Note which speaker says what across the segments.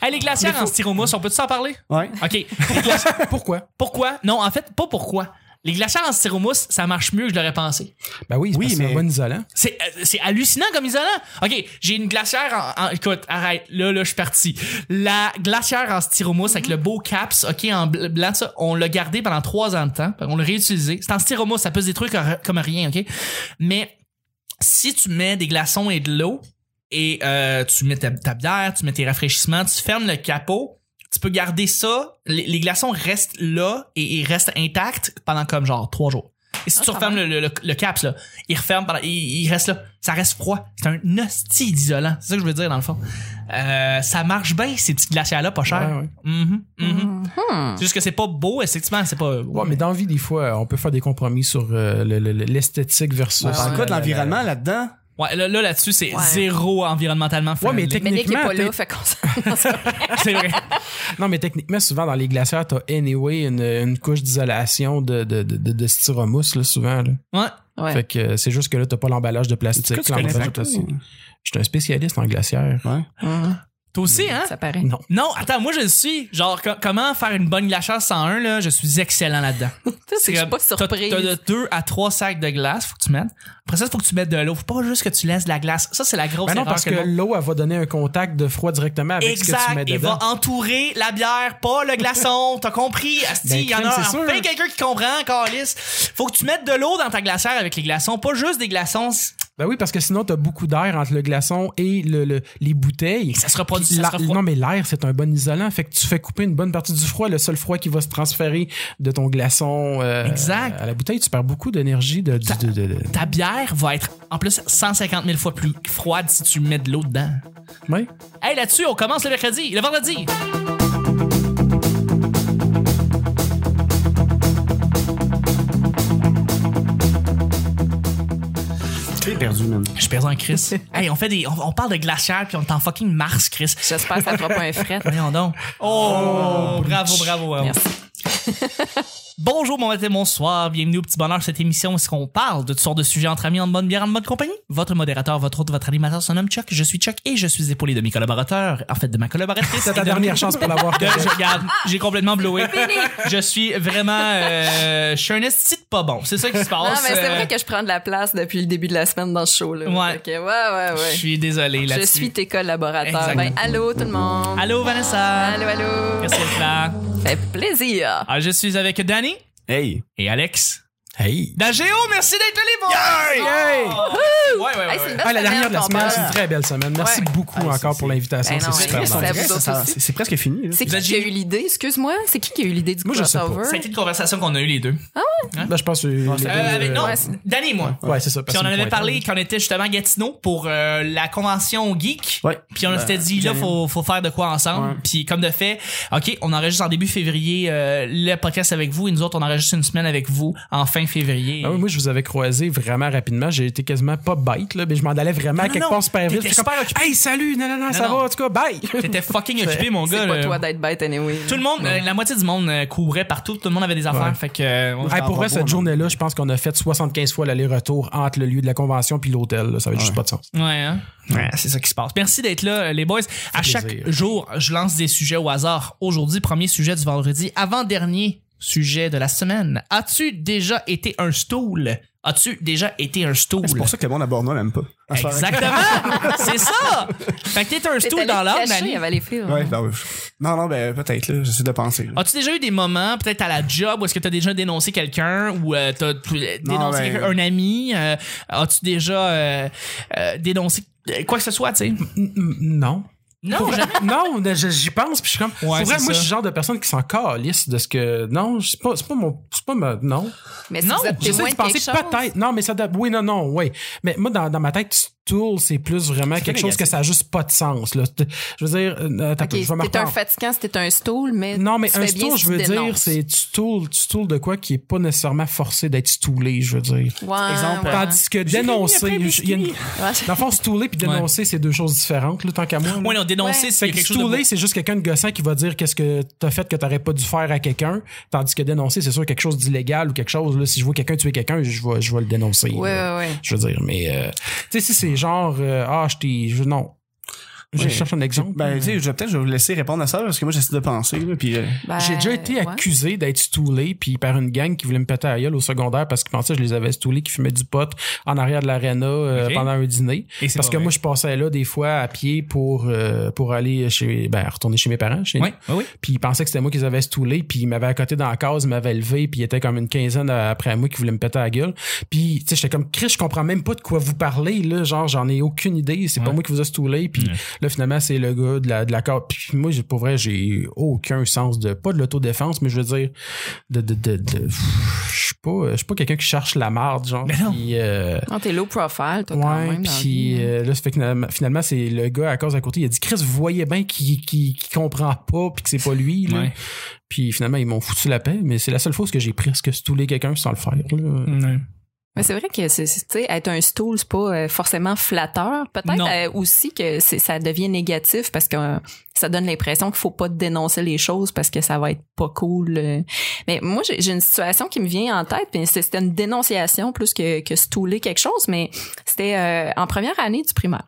Speaker 1: Hey, les glacières en styromousse, on peut s'en parler?
Speaker 2: Ouais.
Speaker 1: OK. Les glacières-
Speaker 3: Pourquoi?
Speaker 1: pourquoi? Non, en fait, pas pourquoi. Les glacières en styromousse, ça marche mieux que je l'aurais pensé.
Speaker 3: Ben oui, c'est
Speaker 2: Oui,
Speaker 3: parce que c'est
Speaker 2: mais-
Speaker 3: un bon isolant.
Speaker 1: C'est euh, c'est hallucinant comme isolant. OK, j'ai une glacière en, en- écoute, arrête, là là je suis parti. La glacière en styromousse avec le beau caps, OK, en bl- blanc ça, on l'a gardé pendant trois ans de temps, on l'a réutilisé. C'est en styromousse, ça peut se détruire comme- comme rien, OK Mais si tu mets des glaçons et de l'eau et euh, tu mets ta, ta bière, tu mets tes rafraîchissements, tu fermes le capot, tu peux garder ça, les, les glaçons restent là et ils restent intacts pendant comme genre trois jours. Et si
Speaker 4: Ah,
Speaker 1: tu
Speaker 4: quand
Speaker 1: refermes le, le, le- le caps, là, il referme, pendant, il, il reste là. Ça reste froid. C'est un hostie d'isolant. C'est ça que je veux dire, dans le fond. Euh, ça marche bien, ces petits glacières-là, pas cher.
Speaker 3: Ouais, ouais.
Speaker 1: Mhm, mhm.
Speaker 4: Mm-hmm.
Speaker 1: C'est juste que c'est pas beau, effectivement. C'est pas...
Speaker 3: Ouais, mais dans la vie, des fois, on peut faire des compromis sur euh, le- le- le- l'esthétique versus.
Speaker 2: On parle
Speaker 3: euh,
Speaker 2: quoi de
Speaker 3: la-
Speaker 2: l'environnement là-dedans?
Speaker 1: Ouais, là, là, là-dessus, c'est
Speaker 4: Ouais.
Speaker 1: zéro environnementalement
Speaker 3: Ouais, mais
Speaker 1: friendly.
Speaker 4: Mais Nick est pas
Speaker 3: Techniquement,
Speaker 4: là, fait qu'on s'en-
Speaker 1: C'est vrai.
Speaker 3: Non, mais techniquement, souvent dans les glacières, t'as anyway une, une couche d'isolation de, de, de, de, de styromousse, là, souvent. Là.
Speaker 1: Ouais.
Speaker 4: Ouais.
Speaker 3: Fait que euh, c'est juste que là, t'as pas l'emballage de plastique.
Speaker 2: Est-ce que tu connais
Speaker 3: l'emballage
Speaker 2: ça,
Speaker 3: de
Speaker 2: toi?
Speaker 3: plastique. Je suis un spécialiste en glacière.
Speaker 2: Ouais.
Speaker 4: Mhm.
Speaker 1: Toi aussi, hein?
Speaker 4: Ça paraît.
Speaker 3: Non.
Speaker 1: Non, attends, moi je le suis. Genre, co- comment faire une bonne glacière 101, là, je suis excellent là-dedans.
Speaker 4: Tu sais, Je suis pas
Speaker 1: T'as- T'as de
Speaker 4: surprise.
Speaker 1: 2 à 3 sacs de glace, faut que tu mettes. Après ça, faut que tu mettes de l'eau. Faut pas juste que tu laisses de la glace. Ça, c'est la grosse
Speaker 3: Ben non,
Speaker 1: erreur
Speaker 3: parce que,
Speaker 1: que le monde-
Speaker 3: l'eau, elle va donner un contact de froid directement avec ce que tu mets
Speaker 1: Exact, il
Speaker 3: dedans.
Speaker 1: va entourer la bière, pas le glaçon. T'as compris, Asti,
Speaker 3: Ben,
Speaker 1: il y en
Speaker 3: crème,
Speaker 1: a
Speaker 3: c'est sûr.
Speaker 1: enfin quelqu'un qui comprend, Calis. Faut que tu mettes de l'eau dans ta glacière avec les glaçons, pas juste des glaçons.
Speaker 3: Ben oui, parce que sinon, t'as beaucoup d'air entre le glaçon et le, le- les bouteilles.
Speaker 1: Ça se reproduit,
Speaker 3: Puis
Speaker 1: ça se
Speaker 3: la-
Speaker 1: refroidit.
Speaker 3: Non, mais l'air, c'est un bon isolant. Fait que tu fais couper une bonne partie du froid. Le seul froid qui va se transférer de ton glaçon euh,
Speaker 1: Exact.
Speaker 3: à la bouteille, tu perds beaucoup d'énergie. De, du- de- de- de-
Speaker 1: Ta bière va être en plus 150 000 fois plus froide si tu mets de l'eau dedans.
Speaker 3: Ouais.
Speaker 1: Hey, là-dessus, on commence le mercredi, le vendredi.
Speaker 2: T'es perdu, même.
Speaker 1: Je perds en Chris. hey, on fait des, on, on parle de glaciaire puis on est en fucking Mars, Chris.
Speaker 4: J'espère que ça fera pas un fret.
Speaker 1: Voyons donc. Oh, bravo, bravo. bravo.
Speaker 4: Merci.
Speaker 1: Bonjour, bon matin, bonsoir. Bienvenue au Petit Bonheur, cette émission où est-ce qu'on parle de toutes sortes de sujets entre amis, en bonne bière, en bonne compagnie. Votre modérateur, votre hôte, votre animateur se nomme Chuck. Je suis Chuck et je suis épaulé de mes collaborateurs. En fait, de ma collaboratrice.
Speaker 3: C'est
Speaker 1: et
Speaker 3: ta
Speaker 1: de-
Speaker 3: dernière chance pour l'avoir.
Speaker 1: de- je- regarde, j'ai complètement blowé.
Speaker 4: Fini.
Speaker 1: Je suis vraiment, euh, je suis un esti de pas bon. C'est ça qui se
Speaker 4: Non,
Speaker 1: passe.
Speaker 4: mais c'est
Speaker 1: Euh,
Speaker 4: vrai que je prends de la place depuis le début de la semaine dans ce show-là.
Speaker 1: Ouais.
Speaker 4: Fait que ouais, ouais,
Speaker 1: Je
Speaker 4: ouais.
Speaker 1: suis désolé
Speaker 4: Je
Speaker 1: là-dessus.
Speaker 4: suis tes collaborateurs.
Speaker 1: Exactement.
Speaker 4: Ben, allô tout le monde.
Speaker 1: Allô, Vanessa.
Speaker 4: Allô, allô.
Speaker 1: Merci d'être là.
Speaker 4: Ça fait plaisir.
Speaker 1: Ah, je suis avec Danny
Speaker 2: Hey!
Speaker 1: et Alex.
Speaker 3: Hey!
Speaker 1: Dagéo, merci d'être là, les boys! Oh! Ouais, ouais, ouais,
Speaker 4: Hey, c'est
Speaker 1: ouais.
Speaker 4: une belle
Speaker 3: Ah, la
Speaker 4: semaine
Speaker 3: dernière de la
Speaker 4: qu'on
Speaker 3: semaine,
Speaker 4: parle.
Speaker 3: c'est une très belle semaine. Merci
Speaker 4: Ouais.
Speaker 3: beaucoup
Speaker 2: Ah,
Speaker 3: encore
Speaker 2: c'est-
Speaker 3: pour
Speaker 2: c'est-
Speaker 3: l'invitation.
Speaker 4: Ben non,
Speaker 3: c'est super
Speaker 4: mais-
Speaker 3: bon.
Speaker 4: Ça
Speaker 2: C'est-
Speaker 4: vous autres
Speaker 2: ça-
Speaker 4: aussi?
Speaker 2: c'est- c'est presque fini. là.
Speaker 4: C'est
Speaker 1: Vous
Speaker 4: qui
Speaker 1: êtes
Speaker 4: qui a
Speaker 1: génie.
Speaker 4: eu l'idée? Excuse-moi, c'est qui qui a eu l'idée du
Speaker 3: Moi, je sais pas.
Speaker 4: crossover?
Speaker 1: Ça a été une conversation qu'on a eue les deux.
Speaker 3: Ben, je pense que les deux,
Speaker 1: Euh, avec,
Speaker 3: euh,
Speaker 1: non,
Speaker 4: Ouais, c'est-
Speaker 1: Danny et moi.
Speaker 3: Ouais, c'est ça.
Speaker 1: Puis on en avait parlé quand on était justement à Gatineau pour euh, la convention geek.
Speaker 2: Ouais.
Speaker 1: Puis on
Speaker 2: Ben,
Speaker 1: s'était dit, là,
Speaker 2: Janine.
Speaker 1: faut, faut faire de quoi ensemble.
Speaker 2: Ouais.
Speaker 1: Puis comme de fait, OK, on enregistre en début février euh, le podcast avec vous et nous autres, on enregistre une semaine avec vous en fin février.
Speaker 3: Ah oui, moi, je vous avais croisé vraiment rapidement. J'ai été quasiment pas bête, là, mais je m'en allais
Speaker 1: Non,
Speaker 3: vraiment
Speaker 1: non,
Speaker 3: quelque
Speaker 1: non.
Speaker 3: part super vite.
Speaker 1: T'étais
Speaker 3: J'étais comme,
Speaker 1: super occupé.
Speaker 3: Hey, salut! Non, non, non, ça
Speaker 1: Non,
Speaker 3: va,
Speaker 1: non.
Speaker 3: en tout cas, bye!
Speaker 1: T'étais fucking occupé, mon gars.
Speaker 4: C'est pas
Speaker 1: là.
Speaker 4: toi d'être bête, anyway.
Speaker 1: Tout le monde, euh, la moitié du monde euh, courait partout, tout le monde avait des affaires.
Speaker 3: Ouais.
Speaker 1: Fait que, euh, on-
Speaker 3: Hey, pour vrai,
Speaker 2: va
Speaker 3: cette
Speaker 2: pas,
Speaker 3: journée-là, je pense qu'on a fait 75 fois l'aller-retour entre le lieu de la convention puis l'hôtel. là. Ça avait juste pas de sens.
Speaker 1: Ouais, hein? Ouais, c'est ça qui se passe. Merci d'être là, euh, les boys. À
Speaker 3: plaisir.
Speaker 1: chaque jour, je lance des sujets au hasard. Aujourd'hui, premier sujet du vendredi, avant-dernier sujet de la semaine. As-tu déjà été un stool? As-tu déjà été un stool?
Speaker 2: C'est pour ça que le monde à Bornois l'aime pas. À se faire-
Speaker 1: Exactement! c'est ça! Fait que t'es un
Speaker 4: T'es
Speaker 1: stool
Speaker 4: allé
Speaker 1: dans
Speaker 4: te
Speaker 1: l'âme,
Speaker 4: cacher
Speaker 1: Dani.
Speaker 4: avant les films.
Speaker 2: Ouais, ben, ouais. Non, non, ben peut-être, là. J'essaie de penser.
Speaker 4: Ah.
Speaker 2: là.
Speaker 1: As-tu déjà eu des moments, peut-être à la job, où est-ce que t'as déjà dénoncé quelqu'un ou euh, t'as tu- euh,
Speaker 2: Non,
Speaker 1: dénoncé
Speaker 2: ben-
Speaker 1: quelqu'un, un ami? euh, As-tu déjà euh, euh, dénoncé euh, quoi que ce soit, tu sais?
Speaker 3: N- n- Non.
Speaker 1: Non, jamais.
Speaker 3: non, mais je- j'y pense, puis je suis comme. pour vrai,
Speaker 1: c'est
Speaker 3: moi,
Speaker 1: ça.
Speaker 3: je suis le genre de personne qui s'en calisse de ce que. Non, c'est pas, c'est pas mon. C'est pas ma. Non.
Speaker 4: Mais si
Speaker 1: Non,
Speaker 4: vous êtes
Speaker 3: J'essaie
Speaker 4: témoin
Speaker 3: de
Speaker 4: de
Speaker 3: penser
Speaker 4: quelque chose...
Speaker 3: peut-être. Non, mais ça doit- Oui, non, non, oui. Mais moi, dans, dans ma tête, stool, c'est plus vraiment quelque chose
Speaker 2: négatif.
Speaker 3: que ça a juste pas de sens. Là. Je veux dire, euh, attends,
Speaker 4: Ok,
Speaker 3: je vais me
Speaker 4: si t'es un
Speaker 3: reprendre.
Speaker 4: fatigant, si t'es un stool, mais
Speaker 3: Non, mais
Speaker 4: tu
Speaker 3: un
Speaker 4: fais bien
Speaker 3: stool, je
Speaker 4: si tu
Speaker 3: veux dire,
Speaker 4: dénonces.
Speaker 3: c'est tu stools, tu stools de quoi qui est pas nécessairement forcé d'être stoolé, je veux dire.
Speaker 4: Ouais,
Speaker 2: Exemple,
Speaker 4: ouais.
Speaker 3: Tandis que dénoncer, il y a une-
Speaker 4: Ouais.
Speaker 3: euh, dans le fond, stooler puis dénoncer, c'est deux choses différentes, là, tant qu'à moi. là.
Speaker 1: Ouais, non, dénoncer,
Speaker 4: Ouais.
Speaker 1: c'est
Speaker 3: Fait que
Speaker 1: quelque chose de
Speaker 3: stooler, c'est juste quelqu'un de gossant qui va dire qu'est-ce que t'as fait que t'aurais pas dû faire à quelqu'un, tandis que dénoncer, c'est sûr quelque chose d'illégal ou quelque chose. Là, si je vois quelqu'un tuer quelqu'un, je vais, je vais le dénoncer.
Speaker 4: Ouais,
Speaker 3: là.
Speaker 4: ouais, ouais.
Speaker 3: Je veux dire, mais euh, tu sais, si c'est genre euh, ah, je t'ai, je- non. Je
Speaker 2: Ouais.
Speaker 3: cherche un exemple.
Speaker 2: Ben, tu sais, je vais peut-être je vais vous laisser répondre à ça parce que moi, j'essaie de penser, là, puis euh,
Speaker 4: Ben,
Speaker 3: J'ai déjà été
Speaker 4: ouais.
Speaker 3: accusé d'être stoulé puis par une gang qui voulait me péter à la gueule au secondaire parce qu'ils pensaient que je les avais stoulés, qui fumaient du pot en arrière de l'aréna euh,
Speaker 1: Ok.
Speaker 3: pendant un dîner.
Speaker 1: Et c'est
Speaker 3: Parce
Speaker 1: pas
Speaker 3: que
Speaker 1: vrai.
Speaker 3: moi, je passais là des fois à pied pour euh, pour aller chez ben retourner chez mes parents. Chez
Speaker 1: Oui,
Speaker 3: nous.
Speaker 1: oui, oui.
Speaker 3: Puis ils pensaient que c'était moi qu'ils avaient stoulé, puis ils m'avaient accoté dans la case, ils m'avaient levé, puis il était comme une quinzaine après moi qui voulait me péter à la gueule. Puis tu sais, j'étais comme Chris, je comprends même pas de quoi vous parlez là, genre j'en ai aucune idée, c'est pas
Speaker 1: Ouais.
Speaker 3: moi qui vous a stoulé, puis là finalement c'est le gars de la de la case. Puis moi j'ai- pour vrai, j'ai aucun sens de pas de l'autodéfense, mais je veux dire de de de, de- pff, je suis pas je suis pas quelqu'un qui cherche la marde genre.
Speaker 1: Mais non.
Speaker 3: Puis, euh,
Speaker 4: Non, t'es low profile, toi, quand
Speaker 3: Ouais,
Speaker 4: même. dans la vie. hein.
Speaker 3: puis euh, là, ça fait que finalement, finalement, c'est le gars à cause à côté, il a dit Chris, vous voyez bien qu'il qu'il- qu'il comprend pas, puis que c'est pas lui. là.
Speaker 1: Ouais.
Speaker 3: Puis finalement, ils m'ont foutu la paix, mais c'est la seule fausse que j'ai prise, que stouler quelqu'un sans le faire. là.
Speaker 4: Mais c'est vrai que c'est, c'est- tu sais, être un stool, c'est pas euh, forcément flatteur.
Speaker 1: Non.
Speaker 4: Peut-être euh, aussi que c'est, ça devient négatif parce que euh, ça donne l'impression qu'il faut pas dénoncer les choses parce que ça va être pas cool. euh. Mais moi, j'ai, j'ai une situation qui me vient en tête, puis c'est- c'était une dénonciation plus que, que stouler quelque chose, mais c'était euh, en première année du primaire.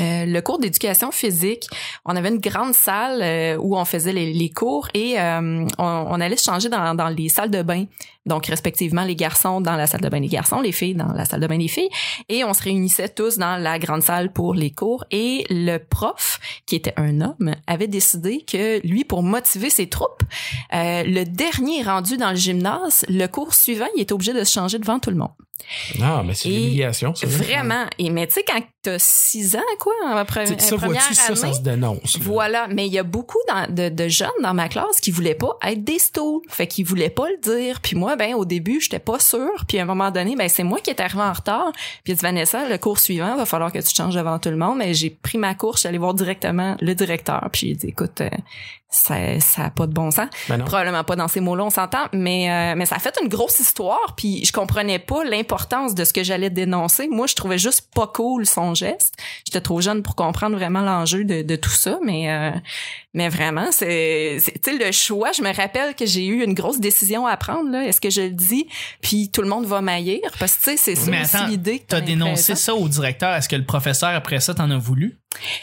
Speaker 4: Euh, le cours d'éducation physique, on avait une grande salle euh, où on faisait les, les cours et euh, on, on allait se changer dans, dans les salles de bain. Donc, respectivement, les garçons dans la salle de bain des garçons, les filles dans la salle de bain des filles. Et on se réunissait tous dans la grande salle pour les cours. Et le prof, qui était un homme, avait décidé que lui, pour motiver ses troupes, euh, le dernier rendu dans le gymnase, le cours suivant, il était obligé de se changer devant tout le monde.
Speaker 3: Ah, mais c'est
Speaker 4: Et
Speaker 3: l'humiliation, ça. là.
Speaker 4: Vraiment. Et mais tu sais, quand t'as six ans, quoi, en pre-
Speaker 3: C'est- Ça,
Speaker 4: euh, première
Speaker 3: vois-tu, ça,
Speaker 4: année,
Speaker 3: ça se dénonce. là.
Speaker 4: voilà, mais il y a beaucoup dans- de, de jeunes dans ma classe qui voulaient pas être des stools, fait qu'ils voulaient pas le dire. Puis moi, ben au début, j'étais pas sûre. Puis à un moment donné, ben c'est moi qui étais arrivée en retard. Puis il dit Vanessa, le cours suivant, va falloir que tu te changes devant tout le monde. Mais j'ai pris ma course, j'allais voir directement le directeur. Puis j'ai dit écoute, euh, ça, ça a pas de bon sens.
Speaker 3: Ben non.
Speaker 4: Probablement pas dans ces mots-là, on s'entend, mais euh, mais ça a fait une grosse histoire. Puis je comprenais pas l'importance de ce que j'allais dénoncer. Moi, je trouvais juste pas cool son geste. J'étais trop jeune pour comprendre vraiment l'enjeu de, de tout ça, mais euh, mais vraiment, c'est c'est- tu sais le choix. Je me rappelle que j'ai eu une grosse décision à prendre. là. Est-ce que je le dis Puis tout le monde va m'haïr parce que tu sais c'est ça
Speaker 1: Mais
Speaker 4: aussi
Speaker 1: attends,
Speaker 4: l'idée que
Speaker 1: T'as
Speaker 4: t'as
Speaker 1: dénoncé ça au directeur. Est-ce que le professeur, après ça, t'en a voulu?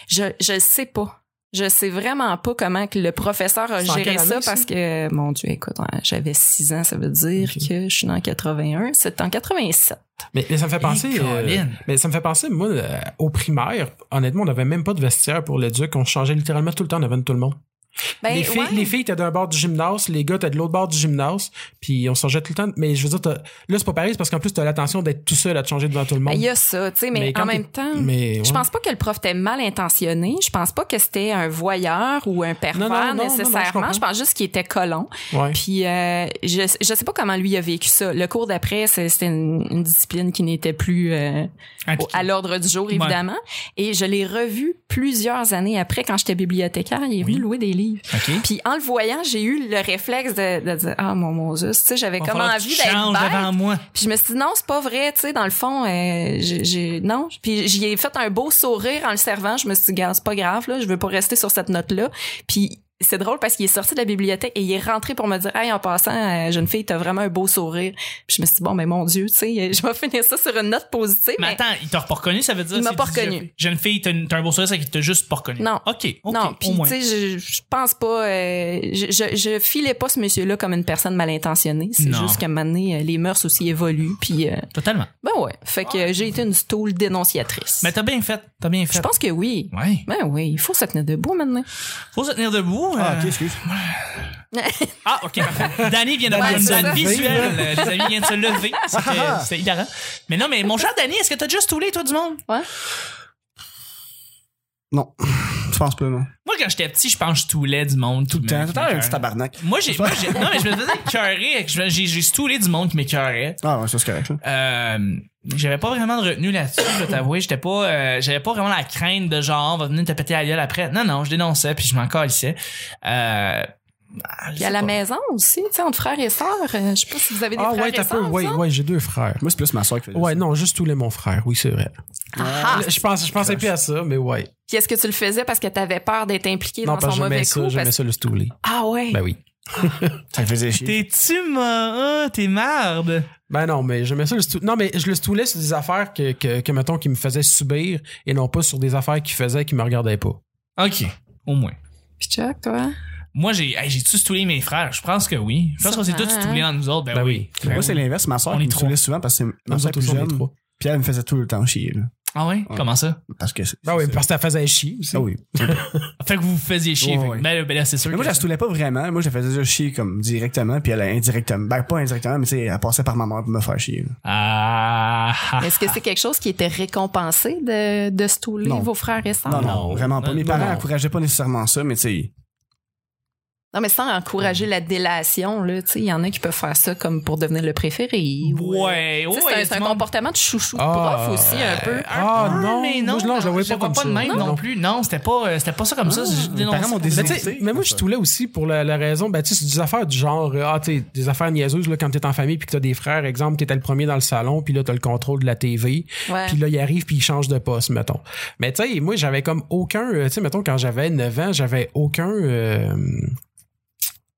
Speaker 4: Je je le sais pas. Je sais vraiment pas comment que le professeur a
Speaker 3: C'est en
Speaker 4: géré
Speaker 3: quelle
Speaker 4: ça
Speaker 3: année, ça?
Speaker 4: parce que mon dieu, écoute, hein, j'avais 6 ans, ça veut dire
Speaker 3: Ok.
Speaker 4: que je suis en 81, c'est en 87.
Speaker 3: Mais, mais ça me fait penser.
Speaker 1: Hey,
Speaker 3: euh,
Speaker 1: Colin.
Speaker 3: mais ça me fait penser, moi, euh, au primaire, honnêtement, on n'avait même pas de vestiaire pour l'éduc. On changeait littéralement tout le temps devant tout le monde.
Speaker 4: Ben,
Speaker 3: les, filles,
Speaker 4: ouais.
Speaker 3: les filles étaient d'un bord du gymnase, les gars étaient de l'autre bord du gymnase, puis on se changeait tout le temps. Mais je veux dire, t'as- là, c'est pas pareil, c'est parce qu'en plus, t'as l'attention d'être tout seul à te changer devant tout le
Speaker 4: Ben,
Speaker 3: monde.
Speaker 4: il y a ça, tu sais, mais,
Speaker 3: Mais quand
Speaker 4: en même
Speaker 3: t'es-
Speaker 4: temps,
Speaker 3: mais,
Speaker 4: je
Speaker 3: ouais.
Speaker 4: pense pas que le prof était mal intentionné. Je pense pas que c'était un voyeur ou un pervers
Speaker 3: non, non, non, non, je
Speaker 4: nécessairement.
Speaker 3: comprends.
Speaker 4: je pense juste qu'il était colon.
Speaker 3: Ouais.
Speaker 4: Puis euh, je je sais pas comment lui a vécu ça. Le cours d'après, c'est- c'était une, une discipline qui n'était plus euh, au- à l'ordre du jour, évidemment. Et je l'ai revu plusieurs années après, quand j'étais bibliothécaire, il est venu
Speaker 1: Oui.
Speaker 4: louer des livres.
Speaker 1: OK.
Speaker 4: Puis en le voyant, j'ai eu le réflexe de, de dire Ah mon mon Zeus, tu sais, j'avais
Speaker 1: Va
Speaker 4: comme
Speaker 1: falloir que
Speaker 4: envie
Speaker 1: tu
Speaker 4: d'être
Speaker 1: changes
Speaker 4: bête.
Speaker 1: devant moi.
Speaker 4: Puis je me suis dit non, c'est pas vrai, tu sais, dans le fond, euh, j'ai- j'ai non. Puis j'y ai fait un beau sourire en le servant. Je me suis dit, Garde, c'est pas grave, là, je veux pas rester sur cette note-là. Puis c'est drôle parce qu'il est sorti de la bibliothèque et il est rentré pour me dire, hey, en passant, euh, jeune fille, t'as vraiment un beau sourire. Puis je me suis dit, bon, mais mon Dieu, tu sais, je vais finir ça sur une note positive.
Speaker 1: Mais
Speaker 4: mais-
Speaker 1: attends, il t'a pas reconnu, ça veut dire.
Speaker 4: Il m'a
Speaker 1: c'est
Speaker 4: pas
Speaker 1: du-
Speaker 4: reconnu.
Speaker 1: Jeune fille, t'as une- t'as un beau sourire, c'est qu'il t'a juste pas reconnu.
Speaker 4: Non.
Speaker 1: OK, OK.
Speaker 4: non, puis
Speaker 1: au moins.
Speaker 4: tu sais, je, je pense pas, euh, je, je, je filais pas ce monsieur-là comme une personne mal intentionnée. C'est
Speaker 1: Non.
Speaker 4: juste qu'à un moment donné, euh, les mœurs aussi évoluent. Puis euh,
Speaker 1: Totalement.
Speaker 4: ben ouais, fait que euh, j'ai été une stoule dénonciatrice.
Speaker 1: Mais t'as bien fait. T'as bien fait.
Speaker 4: Je pense que oui.
Speaker 1: Ouais.
Speaker 4: Ben oui, il faut se tenir debout maintenant.
Speaker 1: Faut se tenir debout.
Speaker 2: Ah,
Speaker 1: euh,
Speaker 2: ok, excuse.
Speaker 1: Ah, ok, parfait. Danny vient de
Speaker 4: Ouais,
Speaker 1: prendre une
Speaker 4: c'est
Speaker 1: danne
Speaker 4: ça.
Speaker 1: visuelle. Euh, Les amis viennent de se lever.
Speaker 2: Ah,
Speaker 1: C'était- C'était hilarant. Mais non, mais mon cher Danny, est-ce que t'as déjà stoulé, toi, du monde?
Speaker 2: Non, je pense pas, non.
Speaker 1: Moi, quand j'étais petit, je pense que je stoulais du monde.
Speaker 2: Tout le temps. Tout le temps, un petit
Speaker 1: tabac.
Speaker 2: tabarnak.
Speaker 1: Moi, j'ai. moi, j'ai- Non, mais je me faisais écœurer. Je- J'ai j'ai stoulé du monde qui m'écœurait.
Speaker 2: Ah, ouais, ça, c'est correct, là.
Speaker 1: Euh, j'avais pas vraiment de retenue là-dessus, je dois t'avouer. J'étais pas, euh, j'avais pas vraiment la crainte de genre, on va venir te péter la gueule après. Non, non, je dénonçais puis je m'en calissais. Euh, ah, je
Speaker 4: Puis à
Speaker 1: sais
Speaker 4: la
Speaker 1: pas.
Speaker 4: maison aussi, tu sais, entre frères et sœurs. euh, Je sais pas si vous avez des
Speaker 3: ah
Speaker 4: frères
Speaker 3: ouais,
Speaker 4: et
Speaker 3: t'as
Speaker 4: sœurs.
Speaker 3: peu. Ouais,
Speaker 4: vous
Speaker 3: ouais, j'ai deux frères.
Speaker 2: Moi, c'est plus ma soeur qui fait
Speaker 3: Ouais, non, juste tous les mon frère, oui, c'est vrai.
Speaker 4: autres? Ah, ah.
Speaker 3: je pense, je pensais
Speaker 2: Crush.
Speaker 3: plus à ça, mais ouais.
Speaker 4: Puis est-ce que tu le faisais parce que t'avais peur d'être impliqué
Speaker 3: Non,
Speaker 4: dans
Speaker 3: parce
Speaker 4: son
Speaker 3: que
Speaker 4: mauvais
Speaker 3: j'aimais ça,
Speaker 4: coup?
Speaker 3: j'aimais
Speaker 4: parce-
Speaker 3: ça le stouler.
Speaker 4: Ah ouais.
Speaker 3: Ben oui.
Speaker 2: Ça le faisait chier.
Speaker 1: T'es-tu ma... ah, T'es marde.
Speaker 3: Ben non, mais j'aimais ça le stou- Non, mais je le stoulais sur des affaires que, que, que, mettons, qui me faisaient subir et non pas sur des affaires qui faisaient qui me regardaient pas.
Speaker 1: OK, au moins.
Speaker 4: Puis Chuck, toi?
Speaker 1: Moi, j'ai hey, j'ai-tu stoulé mes frères? Je pense que oui. Je pense qu'on s'est tous
Speaker 4: Sûrement,
Speaker 1: stoulés
Speaker 4: hein?
Speaker 1: dans nous autres. Ben,
Speaker 3: Ben
Speaker 1: oui.
Speaker 3: oui.
Speaker 2: Moi, c'est l'inverse. Ma soeur,
Speaker 1: On
Speaker 2: qui
Speaker 1: est
Speaker 2: me
Speaker 1: trois.
Speaker 2: saoulait souvent parce que ma
Speaker 3: Nous
Speaker 2: soeur
Speaker 3: autres,
Speaker 2: plus
Speaker 3: on est
Speaker 2: jeune.
Speaker 3: trois.
Speaker 2: Puis elle me faisait tout le temps chier. là.
Speaker 1: Ah ouais?
Speaker 2: Ouais.
Speaker 1: Comment ça?
Speaker 2: Parce que c'est-
Speaker 3: Ben oui,
Speaker 2: c'est-
Speaker 3: parce que ça faisait chier aussi.
Speaker 2: Ah oui.
Speaker 1: Fait que vous vous faisiez chier.
Speaker 2: Ouais,
Speaker 1: fait que-
Speaker 2: ouais.
Speaker 1: Ben, ben là, c'est sûr.
Speaker 2: Mais moi,
Speaker 1: que-
Speaker 2: je la stoulais pas vraiment. Moi, je la faisais juste chier comme directement, puis elle indirectement. Ben, pas indirectement, mais tu sais, elle passait par ma mère pour me faire chier. là.
Speaker 1: Ah, ah,
Speaker 4: Est-ce que c'est quelque chose qui était récompensé de, de stouler
Speaker 2: Non.
Speaker 4: vos frères et sœurs?
Speaker 2: Non,
Speaker 4: Non.
Speaker 2: non,
Speaker 1: Ah Non.
Speaker 2: vraiment pas. Mes
Speaker 1: Non,
Speaker 2: parents
Speaker 1: non.
Speaker 2: encourageaient pas nécessairement ça, mais tu sais,
Speaker 4: mais sans encourager la délation, là, tu sais, il y en a qui peuvent faire ça comme pour devenir le préféré. ou, euh,
Speaker 1: Ouais, ouais.
Speaker 4: tu sais, c'est un- c'est un,
Speaker 1: tout le monde-
Speaker 4: comportement de chouchou de
Speaker 3: Ah,
Speaker 4: prof aussi, un peu.
Speaker 3: Ah
Speaker 1: Ah,
Speaker 3: non,
Speaker 1: mais non,
Speaker 3: moi, je- non, je la voyais pas
Speaker 1: vois
Speaker 3: comme
Speaker 1: pas de
Speaker 3: ça.
Speaker 1: même non,
Speaker 3: Non.
Speaker 1: plus. Non, c'était pas, euh, c'était pas ça comme ça. c'est-
Speaker 2: mes
Speaker 1: non,
Speaker 2: parents
Speaker 1: c'est
Speaker 2: m'ont
Speaker 1: pas-
Speaker 3: Ben,
Speaker 2: désigné.
Speaker 3: tu sais, mais moi, je toulais aussi pour la, la raison. Ben, tu sais, c'est des affaires du genre, euh, ah, tu sais, des affaires niaiseuses, là, quand t'es en famille, puis que t'as des frères, exemple, t'étais le premier dans le salon, puis là, t'as le contrôle de la TV.
Speaker 4: Ouais.
Speaker 3: Puis là, il arrive, puis il change de poste, mettons. Mais tu sais, moi, j'avais comme aucun, euh, tu sais, mettons, quand j'avais 9 ans, j'avais aucun. euh,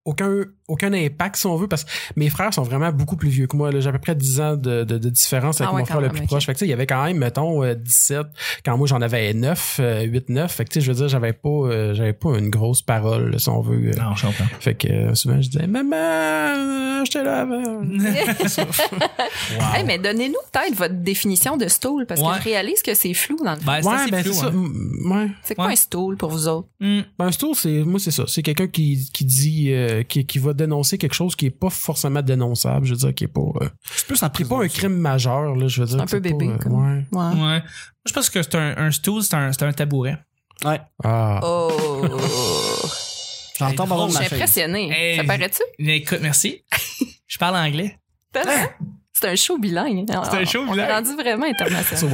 Speaker 3: aucun, aucun impact, si on veut, parce que mes frères sont vraiment beaucoup plus vieux que moi. là. J'ai à peu près 10 ans de, de- de différence avec
Speaker 4: Ah ouais,
Speaker 3: mon
Speaker 4: quand
Speaker 3: frère le
Speaker 4: même,
Speaker 3: plus
Speaker 4: ok.
Speaker 3: proche. Fait que, tu sais, il y avait quand même, mettons, euh, 17, quand moi j'en avais 9, 8, 9. Fait que, tu sais, je veux dire, j'avais pas, euh, j'avais pas une grosse parole, là, si on veut. euh.
Speaker 1: Non, je comprends.
Speaker 3: Fait que euh, souvent, je disais, maman, euh, j'étais là avant.
Speaker 4: Hey, mais donnez-nous peut-être votre définition de stool, parce
Speaker 1: Ouais.
Speaker 4: que je réalise que c'est flou dans le fond.
Speaker 1: Ben, c'est
Speaker 3: Ouais,
Speaker 1: assez
Speaker 3: ben, c'est
Speaker 1: flou,
Speaker 3: ça.
Speaker 1: hein.
Speaker 3: Mm, Ouais.
Speaker 4: C'est quoi
Speaker 1: ouais.
Speaker 4: un stool pour vous autres?
Speaker 1: Hmm.
Speaker 3: Ben, un stool, c'est, moi, c'est ça. C'est quelqu'un qui, qui dit, euh, qui, qui va dénoncer quelque chose qui est pas forcément dénonçable. Je veux dire, qui est pas, euh,
Speaker 2: je suis plus en
Speaker 3: qui est pas un crime majeur, là, je veux dire.
Speaker 4: Un peu
Speaker 3: c'est pas,
Speaker 4: bébé,
Speaker 3: euh,
Speaker 4: comme.
Speaker 3: ouais.
Speaker 4: Ouais.
Speaker 1: Ouais. Moi, je pense que c'est un, un stool, c'est un, c'est un tabouret.
Speaker 2: Ouais.
Speaker 3: Ah.
Speaker 4: Oh!
Speaker 2: J'entends par
Speaker 1: drôle,
Speaker 2: contre ma
Speaker 4: Je suis
Speaker 2: chaise.
Speaker 4: impressionnée.
Speaker 1: Hey.
Speaker 4: Ça paraît-tu?
Speaker 1: Mais écoute, merci. je parle anglais.
Speaker 4: Tellement. C'est un show bilingue. Ah,
Speaker 1: C'est un show
Speaker 4: On
Speaker 1: bilingue.
Speaker 4: est rendu vraiment
Speaker 3: So
Speaker 4: international.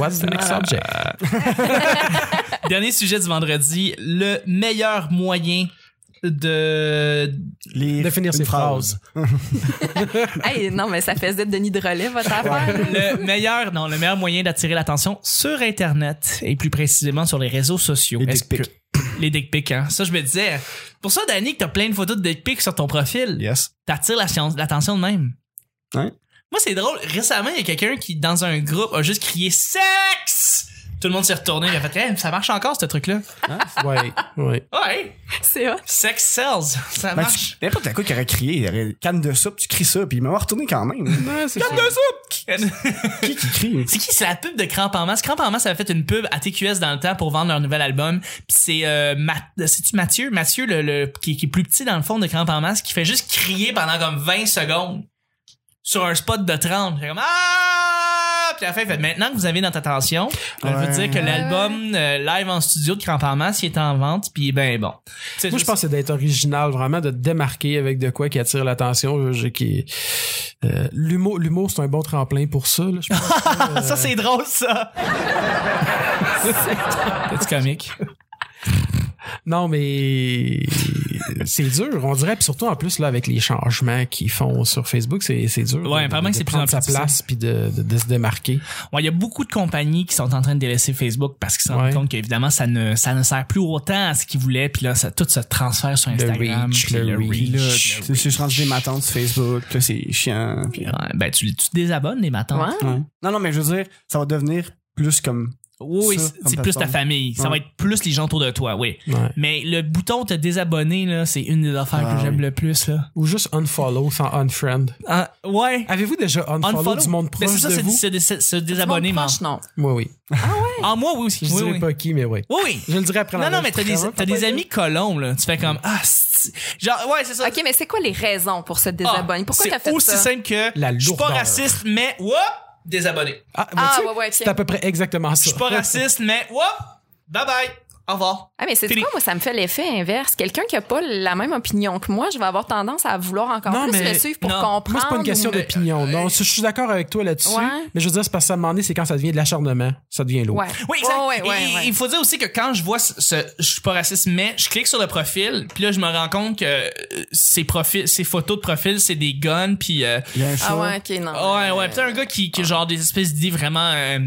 Speaker 3: what's the next subject?
Speaker 1: Dernier sujet du vendredi, le meilleur moyen de...
Speaker 2: Les-
Speaker 3: Définir
Speaker 2: une
Speaker 3: ses
Speaker 2: phrase.
Speaker 3: phrases.
Speaker 4: Hey, non, mais ça faisait Denis de relais, votre affaire. là.
Speaker 1: Le meilleur, non, le meilleur moyen d'attirer l'attention sur Internet et plus précisément sur les réseaux sociaux.
Speaker 2: Les
Speaker 1: Est-ce
Speaker 2: dick
Speaker 1: que-
Speaker 2: pics.
Speaker 1: Les dick pics, hein. Ça, je me disais. Pour ça, Danny, que t'as plein de photos de dick pics sur ton profil.
Speaker 2: Yes.
Speaker 1: t'attires la science- l'attention de même.
Speaker 2: Ouais.
Speaker 1: Moi, c'est drôle. Récemment, il y a quelqu'un qui, dans un groupe, a juste crié sexe! Tout le monde s'est retourné. Il a fait, Hey, ça marche encore, ce truc-là.
Speaker 3: ouais, ouais.
Speaker 1: Ouais.
Speaker 4: C'est hot.
Speaker 1: Sex sells. Ça
Speaker 2: Ben,
Speaker 1: marche.
Speaker 2: tu- n'importe quoi qu'il aurait crié, il aurait canne de soupe, tu cries ça, puis il m'a retourné quand même.
Speaker 3: Non, c'est ça.
Speaker 2: qui qui crie?
Speaker 1: C'est qui? C'est la pub de Cramp en masse. Cramp en masse avait fait une pub à TQS dans le temps pour vendre leur nouvel album. Puis c'est euh, Ma- c'est-tu Mathieu? Mathieu, le, le- qui, qui est plus petit dans le fond de Cramp en masse, qui fait juste crier pendant comme 20 secondes sur un spot de 30. Fait comme Ah! Puis à la fin, il fait, maintenant que vous avez notre attention, euh, je veux
Speaker 2: Ouais.
Speaker 1: dire que l'album euh, live en studio de Cramp en masse, il est en vente. Puis ben bon. Tu sais,
Speaker 3: Moi, je
Speaker 1: juste-
Speaker 3: pense que c'est d'être original, vraiment, de te démarquer avec de quoi qui attire l'attention. je- je- qui- euh, L'humour, l'humour, c'est un bon tremplin pour ça. Là, je pense.
Speaker 1: Ah, ça, c'est drôle, ça! C'est comique.
Speaker 3: non, mais c'est dur, on dirait. Puis surtout, en plus, là, avec les changements qu'ils font sur Facebook, c'est c'est dur.
Speaker 1: Ouais,
Speaker 3: de-
Speaker 1: apparemment
Speaker 3: de
Speaker 1: que c'est de plus en
Speaker 3: prendre
Speaker 1: plus difficile.
Speaker 3: sa place puis de, de- de se démarquer.
Speaker 1: Ouais, il y a beaucoup de compagnies qui sont en train de délaisser Facebook parce qu'ils se rendent
Speaker 3: Ouais.
Speaker 1: compte qu'évidemment ça ne ça ne sert plus autant à ce qu'ils voulaient puis là ça tout se transfère sur Instagram,
Speaker 3: reach,
Speaker 1: puis
Speaker 3: le
Speaker 1: là, ben
Speaker 3: reach.
Speaker 1: le
Speaker 2: Je suis rendu des matins sur Facebook, puis là, c'est chiant. puis-
Speaker 1: reach. Ouais, ben tu, tu te désabonnes les matins.
Speaker 4: Ouais.
Speaker 2: Ouais. Non, non, mais je veux dire, ça va devenir plus comme.
Speaker 1: Oui,
Speaker 2: Ça,
Speaker 1: c'est-
Speaker 2: comme
Speaker 1: c'est plus ta
Speaker 2: plateforme.
Speaker 1: famille, ça
Speaker 2: Ouais.
Speaker 1: va être plus les gens autour de toi, oui.
Speaker 3: Ouais.
Speaker 1: Mais le bouton te désabonner là, c'est une des affaires
Speaker 2: Ah
Speaker 1: que j'aime
Speaker 2: oui.
Speaker 1: le plus là.
Speaker 3: Ou juste unfollow sans unfriend.
Speaker 1: Ah, ouais.
Speaker 3: Avez-vous déjà unfollow, du monde
Speaker 1: Ben,
Speaker 3: proche
Speaker 1: c'est ça,
Speaker 3: de
Speaker 1: c'est
Speaker 3: vous?
Speaker 1: se, se- se
Speaker 4: Tout le monde
Speaker 1: désabonner, man.
Speaker 4: proche, non.
Speaker 3: Moi, oui.
Speaker 1: Ah, moi, oui aussi.
Speaker 3: Je
Speaker 1: oui,
Speaker 3: dirais
Speaker 1: oui.
Speaker 3: pas qui, mais oui.
Speaker 1: Oui, oui.
Speaker 3: Je le dirais après
Speaker 1: Non, non, mais t'as des,
Speaker 3: l'enregistrement,
Speaker 1: t'as des
Speaker 3: peut-être.
Speaker 1: amis colombes, là. Tu fais comme, ah, c'est- genre, ouais, c'est ça. Ah,
Speaker 4: OK, mais c'est quoi les raisons pour se désabonner? Pourquoi
Speaker 1: C'est
Speaker 4: t'as fait
Speaker 1: aussi
Speaker 4: ça?
Speaker 1: simple que
Speaker 3: La
Speaker 1: je suis pas
Speaker 3: lourdeur.
Speaker 1: raciste, mais whoop, désabonné.
Speaker 3: Ah, mais
Speaker 4: Ah,
Speaker 3: tu sais,
Speaker 4: ouais, ouais, tiens.
Speaker 3: C'est à peu près exactement ça.
Speaker 1: Je suis pas raciste, mais whoop, bye bye, au revoir.
Speaker 4: Ah, mais c'est
Speaker 1: Fini.
Speaker 4: quoi? Moi, ça me fait l'effet inverse. Quelqu'un qui a pas la même opinion que moi, je vais avoir tendance à vouloir encore
Speaker 3: Non,
Speaker 4: plus
Speaker 3: mais-
Speaker 4: le suivre pour
Speaker 1: non.
Speaker 4: comprendre.
Speaker 3: Moi, c'est pas une question
Speaker 4: ou-
Speaker 3: d'opinion. Non, je suis d'accord avec toi là-dessus.
Speaker 4: Ah, euh, Ouais.
Speaker 3: Mais je veux dire, c'est parce que ça, à un moment donné, c'est quand ça devient de l'acharnement. Ça devient lourd.
Speaker 4: Ouais.
Speaker 1: Oui, exact.
Speaker 4: Ouais, ouais, ouais,
Speaker 1: Et
Speaker 4: ouais.
Speaker 1: Il faut dire aussi que quand je vois ce, ce- je suis pas raciste, mais je clique sur le profil, puis là je me rends compte que euh, ces profils, ces photos de profil, c'est des guns, puis euh,
Speaker 2: Il y a un chat.
Speaker 4: Ah ouais, OK, non.
Speaker 1: ouais, ouais, puis t'as un gars qui, qui a genre des espèces d'idées vraiment euh,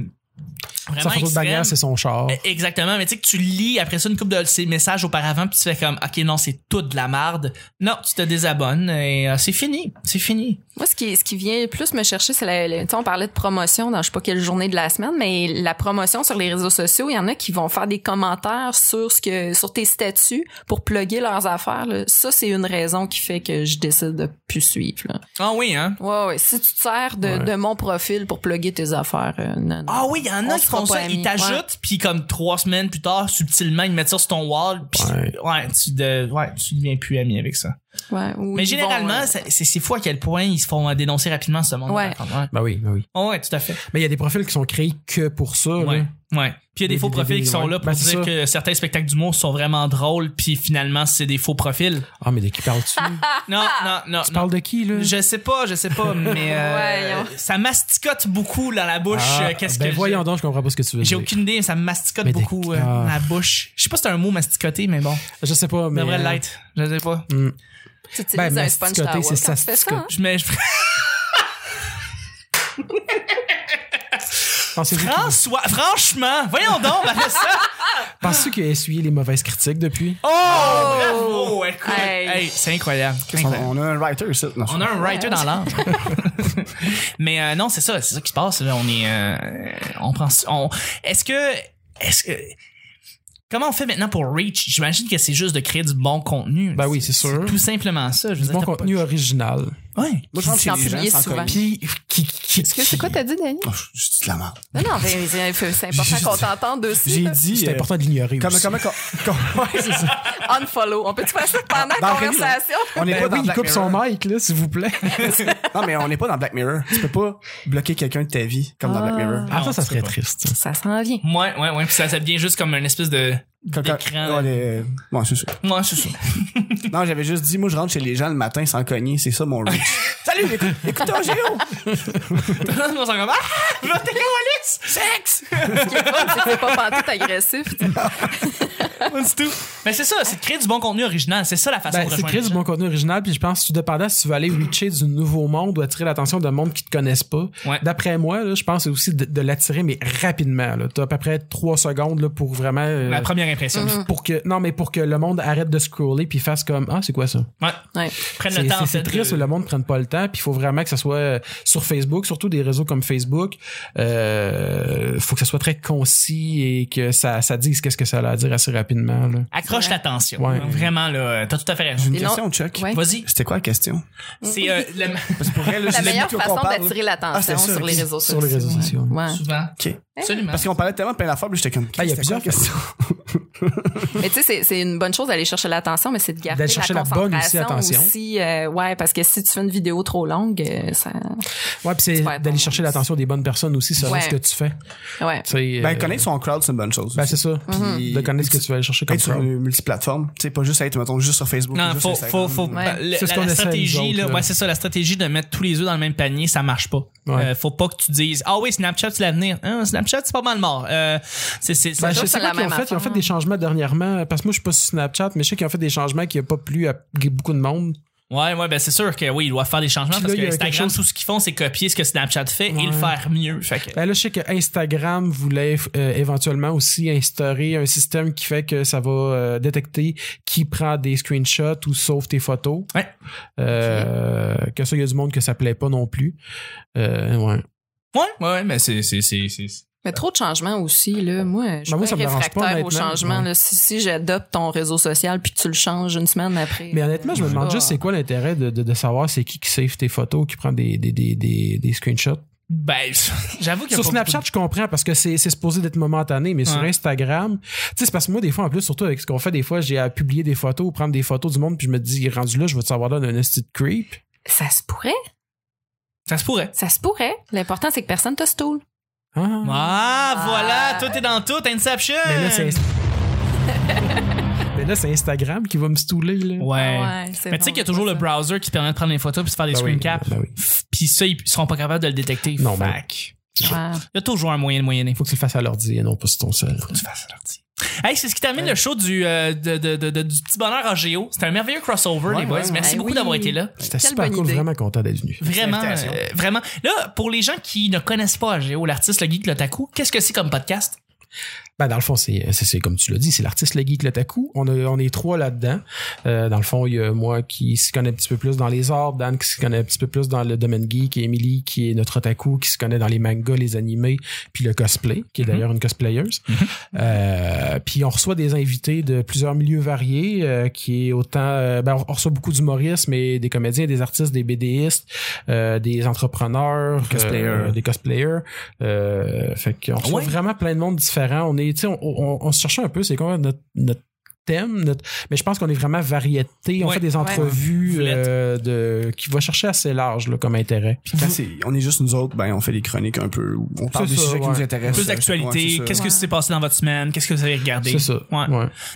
Speaker 3: Sa
Speaker 1: Vraiment
Speaker 3: photo de bannière, c'est
Speaker 1: extrême.
Speaker 3: son char.
Speaker 1: Euh, Exactement, mais tu sais que tu lis après ça une couple de ces messages auparavant puis tu fais comme OK non, c'est tout de la marde. Non, tu te désabonnes et euh, c'est fini, c'est fini.
Speaker 4: Moi, ce qui, ce qui vient le plus me chercher, c'est la, la- tu sais, on parlait de promotion dans je sais pas quelle journée de la semaine, mais la promotion sur les réseaux sociaux, il y en a qui vont faire des commentaires sur ce que, sur tes statuts pour plugger leurs affaires, là. Ça, c'est une raison qui fait que je décide de plus suivre, là.
Speaker 1: Ah oui hein.
Speaker 4: Ouais, ouais. Si tu te sers de, de mon profil pour plugger tes affaires, euh, non, non.
Speaker 1: Ah oui, il y en a
Speaker 4: On
Speaker 1: qui
Speaker 4: sera
Speaker 1: font
Speaker 4: pas
Speaker 1: ça, ils
Speaker 4: amis.
Speaker 1: t'ajoutent puis comme trois semaines plus tard, subtilement ils mettent ça sur ton wall puis ouais,
Speaker 3: Ouais.
Speaker 1: tu de, ouais, tu deviens plus ami avec ça.
Speaker 4: Ouais, ou
Speaker 1: Mais
Speaker 4: ils vont,
Speaker 1: généralement,
Speaker 4: euh,
Speaker 1: c'est- c'est c'est fou à quel point ils se font euh, dénoncer rapidement ce monde.
Speaker 4: Ouais.
Speaker 1: Ouais.
Speaker 3: Ben oui, ben oui.
Speaker 1: Oh, ouais, tout à fait.
Speaker 3: Mais il y a des profils qui sont créés que pour ça. là.
Speaker 1: Ouais. Ouais. Puis il y a des,
Speaker 3: Des-
Speaker 1: faux
Speaker 3: des-
Speaker 1: profils
Speaker 3: des-
Speaker 1: qui sont
Speaker 3: ouais.
Speaker 1: là pour
Speaker 3: Ben, c'est
Speaker 1: dire
Speaker 3: ça.
Speaker 1: que certains spectacles d'humour sont vraiment drôles, puis finalement c'est des faux profils.
Speaker 3: Ah, mais de qui parles-tu?
Speaker 4: Ah,
Speaker 1: Non, non, non.
Speaker 3: tu
Speaker 1: non.
Speaker 3: parles de qui, là?
Speaker 1: Je sais pas, je sais pas, mais euh,
Speaker 4: Mm. Voyons.
Speaker 1: ça masticote beaucoup dans la bouche.
Speaker 3: Ah,
Speaker 1: euh, Qu'est-ce
Speaker 3: ben
Speaker 1: que
Speaker 3: voyons
Speaker 1: j'ai-
Speaker 3: donc, je comprends pas ce que tu veux
Speaker 1: J'ai
Speaker 3: dire.
Speaker 1: aucune idée, mais ça masticote
Speaker 3: Mais de-
Speaker 1: beaucoup euh, dans
Speaker 3: ah.
Speaker 1: la bouche. Je sais pas si c'est un mot masticoté, mais bon,
Speaker 3: Je sais pas,
Speaker 1: ça
Speaker 3: mais... euh, hmm.
Speaker 1: devrait l'être. Je sais pas.
Speaker 4: tu utilises
Speaker 3: Ben,
Speaker 4: un sponge
Speaker 3: masticoter,
Speaker 4: towel
Speaker 3: c'est ça,
Speaker 4: quand tu fais ça,
Speaker 3: masticoter.
Speaker 4: hein?
Speaker 1: Je mets. je-
Speaker 3: Pensez-vous qu'il-
Speaker 1: François, franchement, voyons donc, ben, ça.
Speaker 3: Penses-tu qu'il a essuyé les mauvaises critiques depuis?
Speaker 1: Oh, bravo, écoute.
Speaker 4: Hey.
Speaker 1: Hey, c'est incroyable.
Speaker 2: On,
Speaker 1: Incroyable.
Speaker 2: on a un writer ici. Non,
Speaker 1: On a un writer dans l'âme. Mais euh, non, c'est ça, c'est ça qui se passe. Là. On est, euh, on prend, on. Est-ce que, est-ce que, comment on fait maintenant pour reach J'imagine que c'est juste de créer du bon contenu.
Speaker 3: Ben oui,
Speaker 1: C'est-
Speaker 3: c'est
Speaker 1: c'est
Speaker 3: sûr.
Speaker 1: Tout simplement ça. Je veux
Speaker 3: Du
Speaker 1: dire,
Speaker 3: bon
Speaker 1: t'as pas-
Speaker 3: contenu original.
Speaker 1: Ouais.
Speaker 2: Moi, je pense
Speaker 4: Qui
Speaker 2: que
Speaker 4: s'en
Speaker 2: les gens
Speaker 4: publie
Speaker 2: s'en
Speaker 4: souvent.
Speaker 2: cognent.
Speaker 3: Puis, qui... qui-
Speaker 4: Est-ce que c'est quoi t'as dit, Daniel?
Speaker 2: Oh, je- je dis de la merde.
Speaker 4: Non, non, mais c'est c'est important qu'on t'entende aussi.
Speaker 2: J'ai
Speaker 4: là.
Speaker 2: dit.
Speaker 3: C'est
Speaker 2: euh,
Speaker 3: important de l'ignorer
Speaker 2: Comment,
Speaker 3: aussi.
Speaker 2: comment, comment, comment- ouais, c'est ça.
Speaker 4: Unfollow. On peut-tu faire ça pendant la
Speaker 2: Dans le
Speaker 4: conversation?
Speaker 2: On n'est
Speaker 3: Ben
Speaker 2: pas
Speaker 3: oui,
Speaker 2: dans
Speaker 3: il
Speaker 2: Black
Speaker 3: coupe
Speaker 2: Mirror.
Speaker 3: son mic, là, s'il vous plaît.
Speaker 2: Non, mais on n'est pas dans Black Mirror. Tu peux pas bloquer quelqu'un de ta vie comme dans Black Mirror.
Speaker 3: Ah,
Speaker 1: Non,
Speaker 3: ça, ça
Speaker 1: tu peux
Speaker 3: serait
Speaker 1: pas.
Speaker 3: triste.
Speaker 4: Ça s'en vient.
Speaker 1: Ouais, ouais, ouais. Puis ça, ça devient juste comme une espèce de.
Speaker 2: Comme quand-
Speaker 1: d'écran.
Speaker 2: ouais, les- euh, ouais, c'est ça.
Speaker 1: Ouais, c'est ça.
Speaker 2: Non, j'avais juste dit, moi, je rentre chez les gens le matin sans cogner. C'est ça mon reach. Salut, écoute, écoute ton géo.
Speaker 1: on s'en comme ah, va t'es calice, sexe.
Speaker 4: Ce qui est fun, c'est que c'est pas pantoute agressif. tu sais.
Speaker 1: c'est tout. Mais c'est ça, c'est de créer du bon contenu original. C'est ça la façon
Speaker 3: Ben,
Speaker 1: de
Speaker 3: c'est
Speaker 1: rejoindre
Speaker 3: créer
Speaker 1: les
Speaker 3: du
Speaker 1: gens.
Speaker 3: bon contenu original, puis je pense, tout dépendant si tu veux aller reacher du nouveau monde ou attirer l'attention d'un monde qui te connaissent pas.
Speaker 1: Ouais.
Speaker 3: D'après moi, là, je pense c'est aussi de, de l'attirer, mais rapidement. Tu as à peu près trois secondes là, pour vraiment. euh,
Speaker 1: La première impression.
Speaker 3: pour que, non, mais pour que le monde arrête de scroller puis fasse comme Ah, c'est quoi ça?
Speaker 1: Ouais.
Speaker 4: Ouais.
Speaker 1: Prenne
Speaker 3: C'est
Speaker 1: le temps. en
Speaker 3: c'est- c'est
Speaker 1: fait,
Speaker 3: triste,
Speaker 1: de-
Speaker 3: le monde ne prenne pas le temps, puis il faut vraiment que ça soit euh, sur Facebook, surtout des réseaux comme Facebook. Euh, faut que ça soit très concis et que ça, ça dise qu'est-ce que ça a à dire assez rapidement. Là.
Speaker 1: Accroche
Speaker 4: Ouais.
Speaker 1: l'attention.
Speaker 3: Ouais.
Speaker 1: Vraiment, là, t'as tout à fait raison.
Speaker 2: J'ai une
Speaker 4: Et non-
Speaker 2: question, Chuck.
Speaker 4: Ouais.
Speaker 1: Vas-y.
Speaker 2: C'était quoi la question?
Speaker 1: C'est euh, le-
Speaker 2: Pour elle,
Speaker 4: La meilleure façon d'attirer
Speaker 2: Ah,
Speaker 4: l'attention
Speaker 2: c'est ça,
Speaker 4: sur les
Speaker 2: ok.
Speaker 4: réseaux sociaux.
Speaker 3: Sur les réseaux sociaux.
Speaker 4: Ouais.
Speaker 1: souvent. Absolument.
Speaker 2: Parce qu'on parlait tellement plein d'affaires, puis j'étais comme.
Speaker 3: Ah, il y a
Speaker 2: c'était quoi la
Speaker 3: plusieurs
Speaker 2: question.
Speaker 4: Mais tu sais, c'est- c'est une bonne chose d'aller chercher l'attention, mais c'est de garder
Speaker 3: D'aller chercher la
Speaker 4: la
Speaker 3: bonne aussi,
Speaker 4: concentration
Speaker 3: attention.
Speaker 4: aussi, euh, ouais, parce que si tu fais une vidéo trop longue, euh, ça,
Speaker 3: Ouais, puis c'est
Speaker 4: vas
Speaker 3: d'aller
Speaker 4: attendre.
Speaker 3: chercher l'attention des bonnes personnes aussi selon
Speaker 4: Ouais.
Speaker 3: ce que tu fais.
Speaker 4: ouais.
Speaker 3: Tu sais,
Speaker 2: Ben,
Speaker 3: euh,
Speaker 2: connaître son crowd, c'est une bonne chose.
Speaker 3: ben,
Speaker 2: aussi.
Speaker 3: c'est ça.
Speaker 4: Mhm.
Speaker 2: Puis-
Speaker 3: De connaître ce que tu vas aller chercher comme
Speaker 2: Être sur
Speaker 3: crowd.
Speaker 2: une multiplateforme. Tu sais, pas juste être, mettons, juste sur Facebook. ou
Speaker 1: Non,
Speaker 2: juste
Speaker 1: faut,
Speaker 2: Instagram.
Speaker 1: faut, faut,
Speaker 4: Ouais.
Speaker 1: bah, le-
Speaker 3: C'est ce
Speaker 1: la,
Speaker 3: qu'on
Speaker 1: la
Speaker 3: essaie,
Speaker 1: stratégie,
Speaker 3: nous autres,
Speaker 1: là,
Speaker 3: là.
Speaker 1: ouais, c'est ça, la stratégie de mettre tous les œufs dans le même panier, ça marche pas.
Speaker 3: Ouais.
Speaker 1: Euh, faut pas que tu dises, ah oui, Snapchat, c'est l'avenir. Hein, Snapchat, c'est pas mal mort. Euh, c'est, c'est,
Speaker 3: Ben,
Speaker 1: ça-
Speaker 4: je
Speaker 3: je
Speaker 4: trouve
Speaker 3: sais pas
Speaker 4: que c'est la
Speaker 3: qu'ils ont
Speaker 4: même
Speaker 3: fait. Ils ont fait
Speaker 4: affaire. hein.
Speaker 3: des changements dernièrement. Parce que moi, je suis pas sur Snapchat, mais je sais qu'ils ont fait des changements qui n'ont pas plu à beaucoup de monde.
Speaker 1: ouais, ouais, ben, c'est sûr que oui, ils doivent faire des changements
Speaker 3: Puis
Speaker 1: parce
Speaker 3: là, il
Speaker 1: que
Speaker 3: y a quelque
Speaker 1: Instagram,
Speaker 3: chose-
Speaker 1: tout ce qu'ils font, c'est copier ce que Snapchat fait et le faire mieux. Fait que-
Speaker 3: Ben là, je sais que Instagram voulait euh, éventuellement aussi instaurer un système qui fait que ça va euh, détecter qui prend des screenshots ou sauve tes photos.
Speaker 1: Ouais.
Speaker 3: Euh, Que ça, il y a du monde que ça plaît pas non plus. Euh, ouais.
Speaker 1: Ouais, ouais, ouais, mais c'est, c'est, c'est, c'est-
Speaker 4: Mais trop de changements aussi, là. Moi, je suis
Speaker 3: Ben, moi,
Speaker 4: pas
Speaker 3: ça me dérange pas,
Speaker 4: réfractaire aux
Speaker 3: honnêtement.
Speaker 4: changements,
Speaker 3: Ouais.
Speaker 4: là. Si, si j'adopte ton réseau social puis que tu le changes une semaine après.
Speaker 3: Mais honnêtement, je me demande
Speaker 4: Ah.
Speaker 3: juste c'est quoi l'intérêt de, de, de savoir c'est qui qui save tes photos, qui prend des, des, des, des, des screenshots.
Speaker 1: ben, j'avoue que
Speaker 3: Sur Snapchat, je comprends parce que c'est c'est supposé d'être momentané, mais sur
Speaker 1: Ouais.
Speaker 3: Instagram, tu sais, c'est parce que moi, des fois, en plus, surtout avec ce qu'on fait, des fois, j'ai à publier des photos ou prendre des photos du monde, puis je me dis, rendu là, je vais te savoir donner un esti de creep.
Speaker 4: Ça se pourrait.
Speaker 1: ça se pourrait.
Speaker 4: Ça se pourrait. L'important, c'est que personne te stoule.
Speaker 3: Ah.
Speaker 1: Ah,
Speaker 4: Ah.
Speaker 1: voilà, tout est dans tout, Inception.
Speaker 3: Mais là, c'est Inst- Mais là, c'est Instagram qui va me stouler, là.
Speaker 4: Ouais, c'est
Speaker 1: Mais tu sais
Speaker 4: bon,
Speaker 1: qu'il y a toujours le
Speaker 4: ça.
Speaker 1: browser qui permet de prendre les photos puis de faire des
Speaker 3: Ben oui,
Speaker 1: screen caps.
Speaker 3: ben oui.
Speaker 1: Puis ça, ils seront pas capables de le détecter.
Speaker 3: Non,
Speaker 1: Fait
Speaker 3: ben-
Speaker 1: que-
Speaker 4: Ouais.
Speaker 1: Il y a toujours un moyen de moyenner.
Speaker 3: Faut que tu le fasses à l'ordi et non pas sur ton sel.
Speaker 1: Faut que tu fasses à l'ordi. Hey, c'est ce qui termine le show du, euh, de, de- de- de- du petit bonheur en géo. C'était un merveilleux crossover,
Speaker 2: Ouais,
Speaker 1: les boys.
Speaker 2: ouais,
Speaker 1: Merci
Speaker 4: ouais.
Speaker 1: beaucoup
Speaker 4: Ben Oui.
Speaker 1: d'avoir été là.
Speaker 3: C'était
Speaker 4: Quelle
Speaker 3: super
Speaker 4: bonne
Speaker 3: cool,
Speaker 4: idée.
Speaker 3: vraiment content d'être venu.
Speaker 1: Vraiment,
Speaker 2: invitation.
Speaker 1: euh, vraiment. Là, pour les gens qui ne connaissent pas AGO, l'artiste, le geek, l'otaku, qu'est-ce que c'est comme podcast?
Speaker 3: Ben, dans le fond, c'est, c'est, c'est comme tu l'as dit, c'est l'artiste, le geek, le taku. On, a- on est trois là-dedans. Euh, dans le fond, il y a moi qui s'y connais un petit peu plus dans les arts, Dan qui s'y connaît un petit peu plus dans le domaine geek, et Emily qui est notre otaku, qui se connaît dans les mangas, les animés, puis le cosplay,
Speaker 2: Mhm.
Speaker 3: qui est d'ailleurs une cosplayeuse. Euh, puis on reçoit des invités de plusieurs milieux variés, euh, qui est autant... euh, ben, on- on reçoit beaucoup d'humoristes, mais des comédiens, des artistes, des BDistes, euh, des entrepreneurs,
Speaker 2: Des cosplayers.
Speaker 3: euh, des cosplayers. Euh, fait qu'on reçoit
Speaker 1: Ouais.
Speaker 3: vraiment plein de monde différent. On est, tu sais, on, on, on se cherchait un peu, c'est quoi notre, notre thème, notre... mais je pense qu'on est vraiment variété. On
Speaker 1: Ouais.
Speaker 3: fait des entrevues
Speaker 1: Ouais.
Speaker 3: euh, de qui va chercher assez large là, comme intérêt.
Speaker 2: Puis quand c'est- on est juste nous autres, ben on fait des chroniques un peu, où on parle
Speaker 3: C'est
Speaker 2: des
Speaker 3: ça,
Speaker 2: sujets qui
Speaker 3: ouais.
Speaker 2: nous intéressent.
Speaker 1: Plus
Speaker 2: Ouais,
Speaker 1: d'actualité,
Speaker 2: c'est ça.
Speaker 1: qu'est-ce que
Speaker 4: Ouais.
Speaker 1: s'est passé dans votre semaine, qu'est-ce que vous avez regardé.
Speaker 3: C'est ça.
Speaker 1: Ouais.
Speaker 3: Ouais.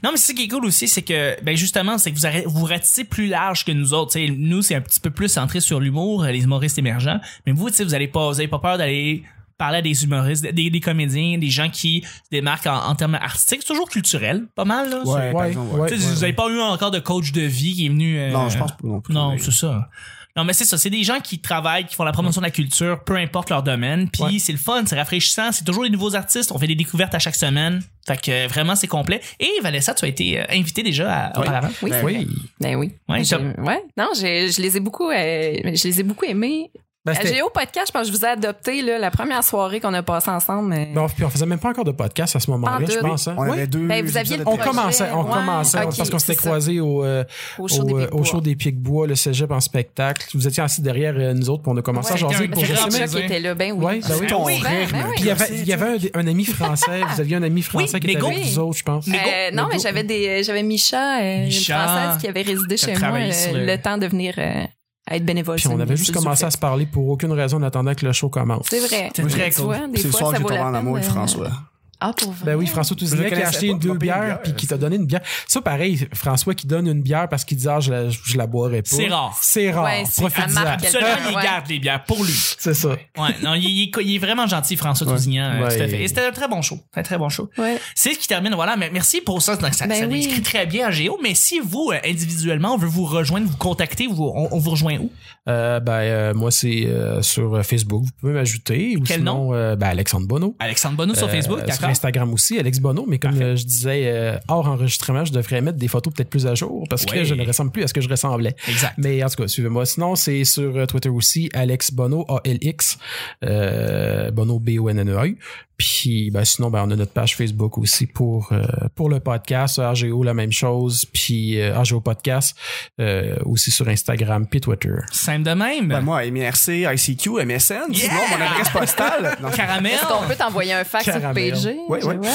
Speaker 1: Non, mais c'est ça qui est cool aussi, c'est que, ben justement, c'est que vous arrêtez- vous ratissez plus large que nous autres. Tu sais, nous, c'est un petit peu plus centré sur l'humour, euh, les humoristes émergents. Mais vous, tu sais, vous allez pas, vous avez pas peur d'aller parler à des humoristes, des, des comédiens, des gens qui se démarquent en, en termes artistiques. C'est toujours culturel, pas mal, là.
Speaker 2: Ouais, par
Speaker 3: Ouais,
Speaker 2: exemple,
Speaker 3: ouais.
Speaker 2: ouais.
Speaker 1: Tu sais, vous avez pas eu encore de coach de vie qui est venu. euh,
Speaker 2: Non, je pense pas non plus.
Speaker 1: Non,
Speaker 2: Mais-
Speaker 1: c'est ça. Non, mais c'est ça. C'est des gens qui travaillent, qui font la promotion de la culture, peu importe leur domaine. Puis
Speaker 3: Ouais.
Speaker 1: c'est le fun, c'est rafraîchissant. C'est toujours les nouveaux artistes. On fait des découvertes à chaque semaine. Fait que euh, vraiment, c'est complet. Et Vanessa, tu as été euh, invitée déjà à,
Speaker 2: Oui.
Speaker 1: auparavant.
Speaker 4: Oui,
Speaker 2: Ben
Speaker 3: Oui.
Speaker 4: Ben oui.
Speaker 1: Ouais,
Speaker 4: J'ai-
Speaker 1: top.
Speaker 4: ouais. Non, j'ai- je les ai beaucoup, euh, je les ai beaucoup aimés.
Speaker 3: Ben, c'était-
Speaker 4: J'ai au podcast, je pense que je vous ai adopté là, la première soirée qu'on a passée ensemble. euh, mais-
Speaker 3: Non, puis Ben, on faisait même pas encore de podcast à ce
Speaker 4: Pas
Speaker 3: moment-là,
Speaker 4: en
Speaker 3: je
Speaker 4: tout.
Speaker 3: pense. hein.
Speaker 2: On
Speaker 3: Ouais.
Speaker 2: avait deux.
Speaker 4: Ben, vous aviez
Speaker 2: épisodes
Speaker 4: le
Speaker 2: de
Speaker 3: On
Speaker 4: projet.
Speaker 2: podcast.
Speaker 3: commençait, on
Speaker 4: Ouais,
Speaker 3: commençait
Speaker 4: ok,
Speaker 3: parce qu'on s'était
Speaker 4: c'est ça.
Speaker 3: croisés au, euh,
Speaker 4: au show
Speaker 3: au,
Speaker 4: des
Speaker 3: euh,
Speaker 4: Big
Speaker 3: au
Speaker 4: Bois.
Speaker 3: show des Pieds de Bois, le cégep en spectacle. Vous étiez assis derrière euh, nous autres, pour on a commencé
Speaker 1: Ouais,
Speaker 3: à jaser
Speaker 1: c'était
Speaker 3: pour
Speaker 1: un
Speaker 3: je
Speaker 1: grand
Speaker 3: sais
Speaker 4: Parce que
Speaker 3: même-
Speaker 1: plaisir.
Speaker 4: Chuck était là. Ben oui.
Speaker 3: Ouais, ben oui.
Speaker 2: Ton
Speaker 1: Oui,
Speaker 4: ben,
Speaker 2: rire,
Speaker 4: ben
Speaker 2: mais-
Speaker 4: oui.
Speaker 3: Puis il y avait, il y avait un, un ami français, vous aviez un ami français qui était
Speaker 1: Lego.
Speaker 3: avec vous autres, je pense.
Speaker 1: Mais-
Speaker 4: Euh, non, mais j'avais des, j'avais Micha, euh,
Speaker 1: Micha,
Speaker 4: une française qui avait résidé
Speaker 1: qui a
Speaker 4: chez moi
Speaker 1: travaillé
Speaker 4: euh,
Speaker 1: sur le-
Speaker 4: le... temps de venir euh, à être bénévole.
Speaker 3: Puis on
Speaker 4: sur-
Speaker 3: avait juste
Speaker 4: sur
Speaker 3: commencé à
Speaker 4: Soufflet.
Speaker 3: se parler pour aucune raison en attendant que le show commence.
Speaker 4: C'est vrai.
Speaker 1: C'est très
Speaker 4: Tu
Speaker 1: cool.
Speaker 4: vois, des
Speaker 2: C'est le
Speaker 4: fois,
Speaker 2: soir que j'ai
Speaker 4: ça vaut
Speaker 2: tombé
Speaker 4: la
Speaker 2: en
Speaker 4: peine.
Speaker 2: amour avec
Speaker 4: de-
Speaker 2: François.
Speaker 4: Ah, pour vrai.
Speaker 3: Ben oui, François
Speaker 2: Je
Speaker 3: Touzinet
Speaker 2: le
Speaker 3: qui a
Speaker 2: connaissais
Speaker 3: acheté
Speaker 2: pas, euh,
Speaker 3: une
Speaker 2: il m'a
Speaker 3: deux
Speaker 2: payé une
Speaker 3: bières
Speaker 2: bière.
Speaker 3: puis qui t'a donné une bière. Ça, pareil, François qui donne une bière parce qu'il dit Ah, je la, je la boirai pas.
Speaker 1: C'est rare.
Speaker 3: C'est rare.
Speaker 4: Ouais, c'est-
Speaker 3: Profite-en.
Speaker 4: ça marque.
Speaker 1: Absolument,
Speaker 4: Quelqu'un,
Speaker 1: il
Speaker 4: ouais.
Speaker 1: garde les bières pour lui.
Speaker 3: C'est ça.
Speaker 1: Ouais, non, il, il est- il est vraiment gentil, François Tousignan, euh,
Speaker 3: Ouais.
Speaker 1: tout à fait. Et c'était un très bon show. Un très bon show.
Speaker 4: Ouais.
Speaker 1: C'est ce qui termine. Voilà, mais merci pour ça. Donc, ça,
Speaker 4: Ben
Speaker 1: ça
Speaker 4: oui.
Speaker 1: décrit très bien AGO. Mais si vous, euh, individuellement, on veut vous rejoindre, vous contacter, vous- on, on vous rejoint où?
Speaker 3: Euh, ben, euh, moi, c'est euh, sur euh, Facebook. Vous pouvez m'ajouter. Ou
Speaker 1: Quel
Speaker 3: sinon, euh, ben, Alexandre Bonneau.
Speaker 1: Alexandre Bonneau sur
Speaker 3: Euh,
Speaker 1: Facebook,
Speaker 3: sur
Speaker 1: d'accord?
Speaker 3: Instagram aussi, Alex Bonneau, mais comme euh, je disais, euh, hors enregistrement, je devrais mettre des photos peut-être plus à jour parce que
Speaker 1: Ouais.
Speaker 3: je ne ressemble plus à ce que je ressemblais.
Speaker 1: Exact.
Speaker 3: Mais en tout cas, suivez-moi. Sinon, c'est sur euh, Twitter aussi, Alex Bono, A-L-X, euh, Bono, B-O-N-N-E-I. Puis ben, sinon, ben, on a notre page Facebook aussi pour, euh, pour le podcast, euh, RGO, la même chose, puis euh, RGO Podcast, euh, aussi sur Instagram, puis Twitter.
Speaker 1: Simple de même.
Speaker 2: Ben, moi, MRC, ICQ, MSN,
Speaker 1: Yeah!
Speaker 2: sinon mon adresse postale. Non,
Speaker 1: Caramel.
Speaker 4: Est-ce qu'on peut t'envoyer un fax sur
Speaker 3: Caramel.
Speaker 4: PG?
Speaker 2: Ouais, ouais.
Speaker 4: Ouais.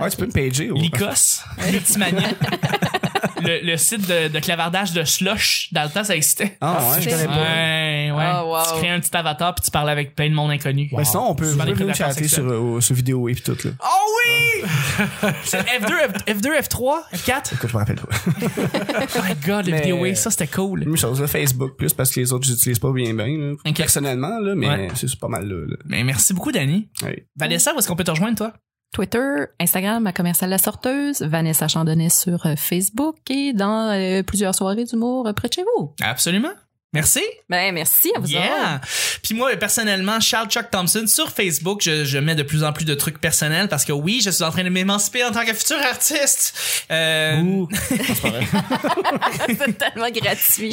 Speaker 2: Ouais, tu peux me pager. ou-
Speaker 1: Lycos. Lictimania. le, le site de, de clavardage de slush. Dans le temps, ça existait.
Speaker 2: Ah, ouais.
Speaker 4: c'est-
Speaker 2: je connais pas.
Speaker 1: Ouais, ouais.
Speaker 4: Oh, wow.
Speaker 1: Tu crées un petit avatar puis tu parles avec plein de monde inconnu.
Speaker 2: Ben, sinon, on peut,
Speaker 1: Souvent
Speaker 2: on peut
Speaker 1: des
Speaker 2: venir
Speaker 1: prédateurs
Speaker 2: chatter sur,
Speaker 1: sexuels.
Speaker 2: euh, sur vidéo et puis tout, là.
Speaker 4: Ah
Speaker 1: Oh oui! C'est F2, F2, F3, F4.
Speaker 2: Écoute, je me rappelle pas.
Speaker 1: Oh my god, le
Speaker 2: Mais-
Speaker 1: vidéo, oui, ça c'était cool.
Speaker 2: Même chose, là, Facebook plus parce que les autres, j'utilise pas bien, bien, là.
Speaker 1: Ok.
Speaker 2: Personnellement, là, mais
Speaker 1: Ouais.
Speaker 2: c'est c'est pas mal, là. là.
Speaker 1: Mais merci beaucoup, Dani.
Speaker 2: Ouais.
Speaker 1: Vanessa, où est-ce qu'on peut te rejoindre, toi?
Speaker 4: Twitter, Instagram, ma commerciale La Sorteuse, Vanessa Chandonnet sur euh, Facebook et dans euh, plusieurs soirées d'humour euh, près de chez vous.
Speaker 1: Absolument. Merci.
Speaker 4: Ben, merci à vous autres.
Speaker 1: Yeah. Puis moi, personnellement, Charles Chuck Thompson sur Facebook, je, je mets de plus en plus de trucs personnels parce que oui, je suis en train de m'émanciper en tant que futur artiste. Euh,
Speaker 4: C'est tellement gratuit.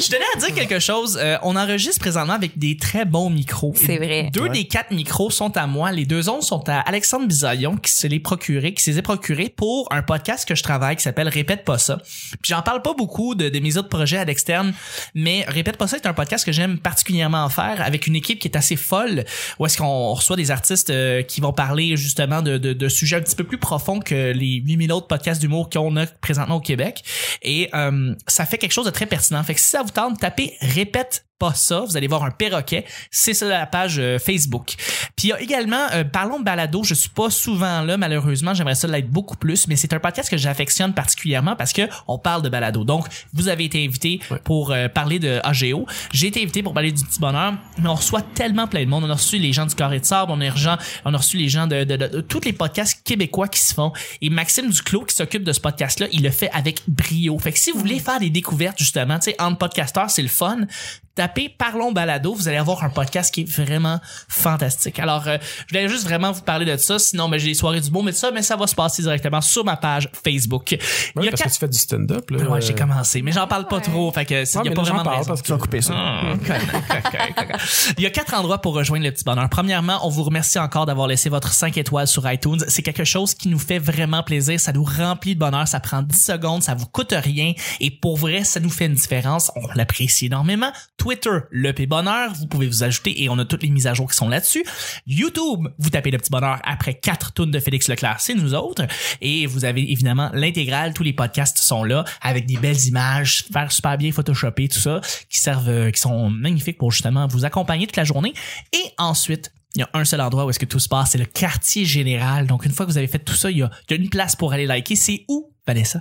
Speaker 1: je tenais à dire quelque chose. Euh, on enregistre présentement avec des très bons micros.
Speaker 4: C'est vrai.
Speaker 1: Deux
Speaker 2: Ouais.
Speaker 1: des quatre micros sont à moi. Les deux autres sont à Alexandre Bisaillon qui se les procurait, qui se les a procurés pour un podcast que je travaille qui s'appelle Répète pas ça. Puis j'en parle pas beaucoup de, de mes autres projets à l'externe, mais Répète pas ça est un podcast que j'aime particulièrement faire avec une équipe qui est assez folle où est-ce qu'on reçoit des artistes euh, qui vont parler justement de, de, de sujets un petit peu plus profonds que les 8000 autres podcasts d'humour qu'on a présentement au Québec. Et euh, ça fait quelque chose de très pertinent. Fait que si ça vous tente, tapez Répète pas ça, vous allez voir un perroquet. C'est ça la page euh, Facebook. Puis il y a également euh, Parlons de balado. Je suis pas souvent là, malheureusement. J'aimerais ça l'être beaucoup plus, mais c'est un podcast que j'affectionne particulièrement parce que on parle de balado. Donc, vous avez été invité pour euh, parler de AGO. J'ai été invité pour parler du petit bonheur, mais on reçoit tellement plein de monde. On a reçu les gens du Carré de Sable, on a, rejoint- on a reçu les gens de, de, de- de tous les podcasts québécois qui se font. Et Maxime Duclos, qui s'occupe de ce podcast-là, il le fait avec brio. Fait que si vous voulez faire des découvertes, justement, tu sais, entre podcasteurs, c'est le fun. Tapez Parlons Balado, vous allez avoir un podcast qui est vraiment fantastique. Alors, euh, je voulais juste vraiment vous parler de ça. Sinon, ben, j'ai les soirées du beau, mais ça, mais ça va se passer directement sur ma page Facebook. Il y
Speaker 3: Ouais,
Speaker 1: a
Speaker 3: parce
Speaker 1: quatre-
Speaker 3: que tu fais du stand-up. là.
Speaker 1: Ouais, j'ai commencé, mais j'en parle pas
Speaker 4: Ouais.
Speaker 1: trop. Fait que,
Speaker 3: Ouais,
Speaker 1: il y a
Speaker 3: mais
Speaker 1: pas
Speaker 3: là,
Speaker 1: vraiment
Speaker 3: j'en
Speaker 1: de
Speaker 3: parle
Speaker 1: raison.
Speaker 3: parce que-
Speaker 2: Tu vas couper ça.
Speaker 1: Ah, Il y a quatre endroits pour rejoindre le petit bonheur. Premièrement, on vous remercie encore d'avoir laissé votre 5 étoiles sur iTunes. C'est quelque chose qui nous fait vraiment plaisir. Ça nous remplit de bonheur. Ça prend 10 secondes. Ça vous coûte rien. Et pour vrai, ça nous fait une différence. On l'apprécie énormément. Twitter, le P bonheur. Vous pouvez vous ajouter et on a toutes les mises à jour qui sont là-dessus. YouTube, vous tapez le petit bonheur après quatre tunes de Félix Leclerc. C'est nous autres. Et vous avez évidemment l'intégrale. Tous les podcasts sont là avec des belles images, super, super bien photoshopées, tout ça, qui servent, euh, qui sont magnifiques pour justement vous accompagner toute la journée. Et ensuite, il y a un seul endroit où est-ce que tout se passe, c'est le quartier général. Donc, une fois que vous avez fait tout ça, il y a, il y a une place pour aller liker. C'est où, Vanessa?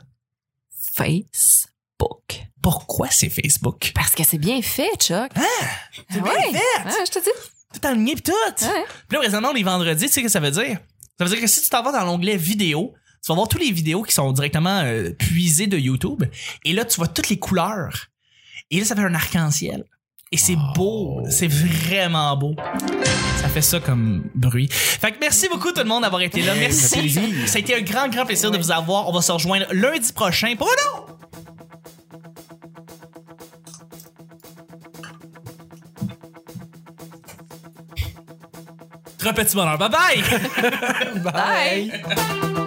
Speaker 4: Facebook.
Speaker 1: Pourquoi c'est Facebook?
Speaker 4: Parce que c'est bien fait, Chuck.
Speaker 1: Hein? C'est bien
Speaker 4: Ouais.
Speaker 1: fait! Ah,
Speaker 4: Ah, je te dis.
Speaker 1: Tout en ligne pis tout!
Speaker 4: Ouais.
Speaker 1: Puis là, présentement, on est vendredi, tu sais ce que ça veut dire? Ça veut dire que si tu t'en vas dans l'onglet vidéo, tu vas voir toutes les vidéos qui sont directement euh, puisées de YouTube. Et là, tu vois toutes les couleurs. Et là, ça fait un arc-en-ciel. Et c'est beau. C'est vraiment beau. Ça fait ça comme bruit. Fait que merci beaucoup tout le monde d'avoir été là. Merci. Ça a été un grand, grand plaisir de vous avoir. On va se rejoindre lundi prochain pour un autre. Très petit bonheur. Bye bye!
Speaker 4: Bye.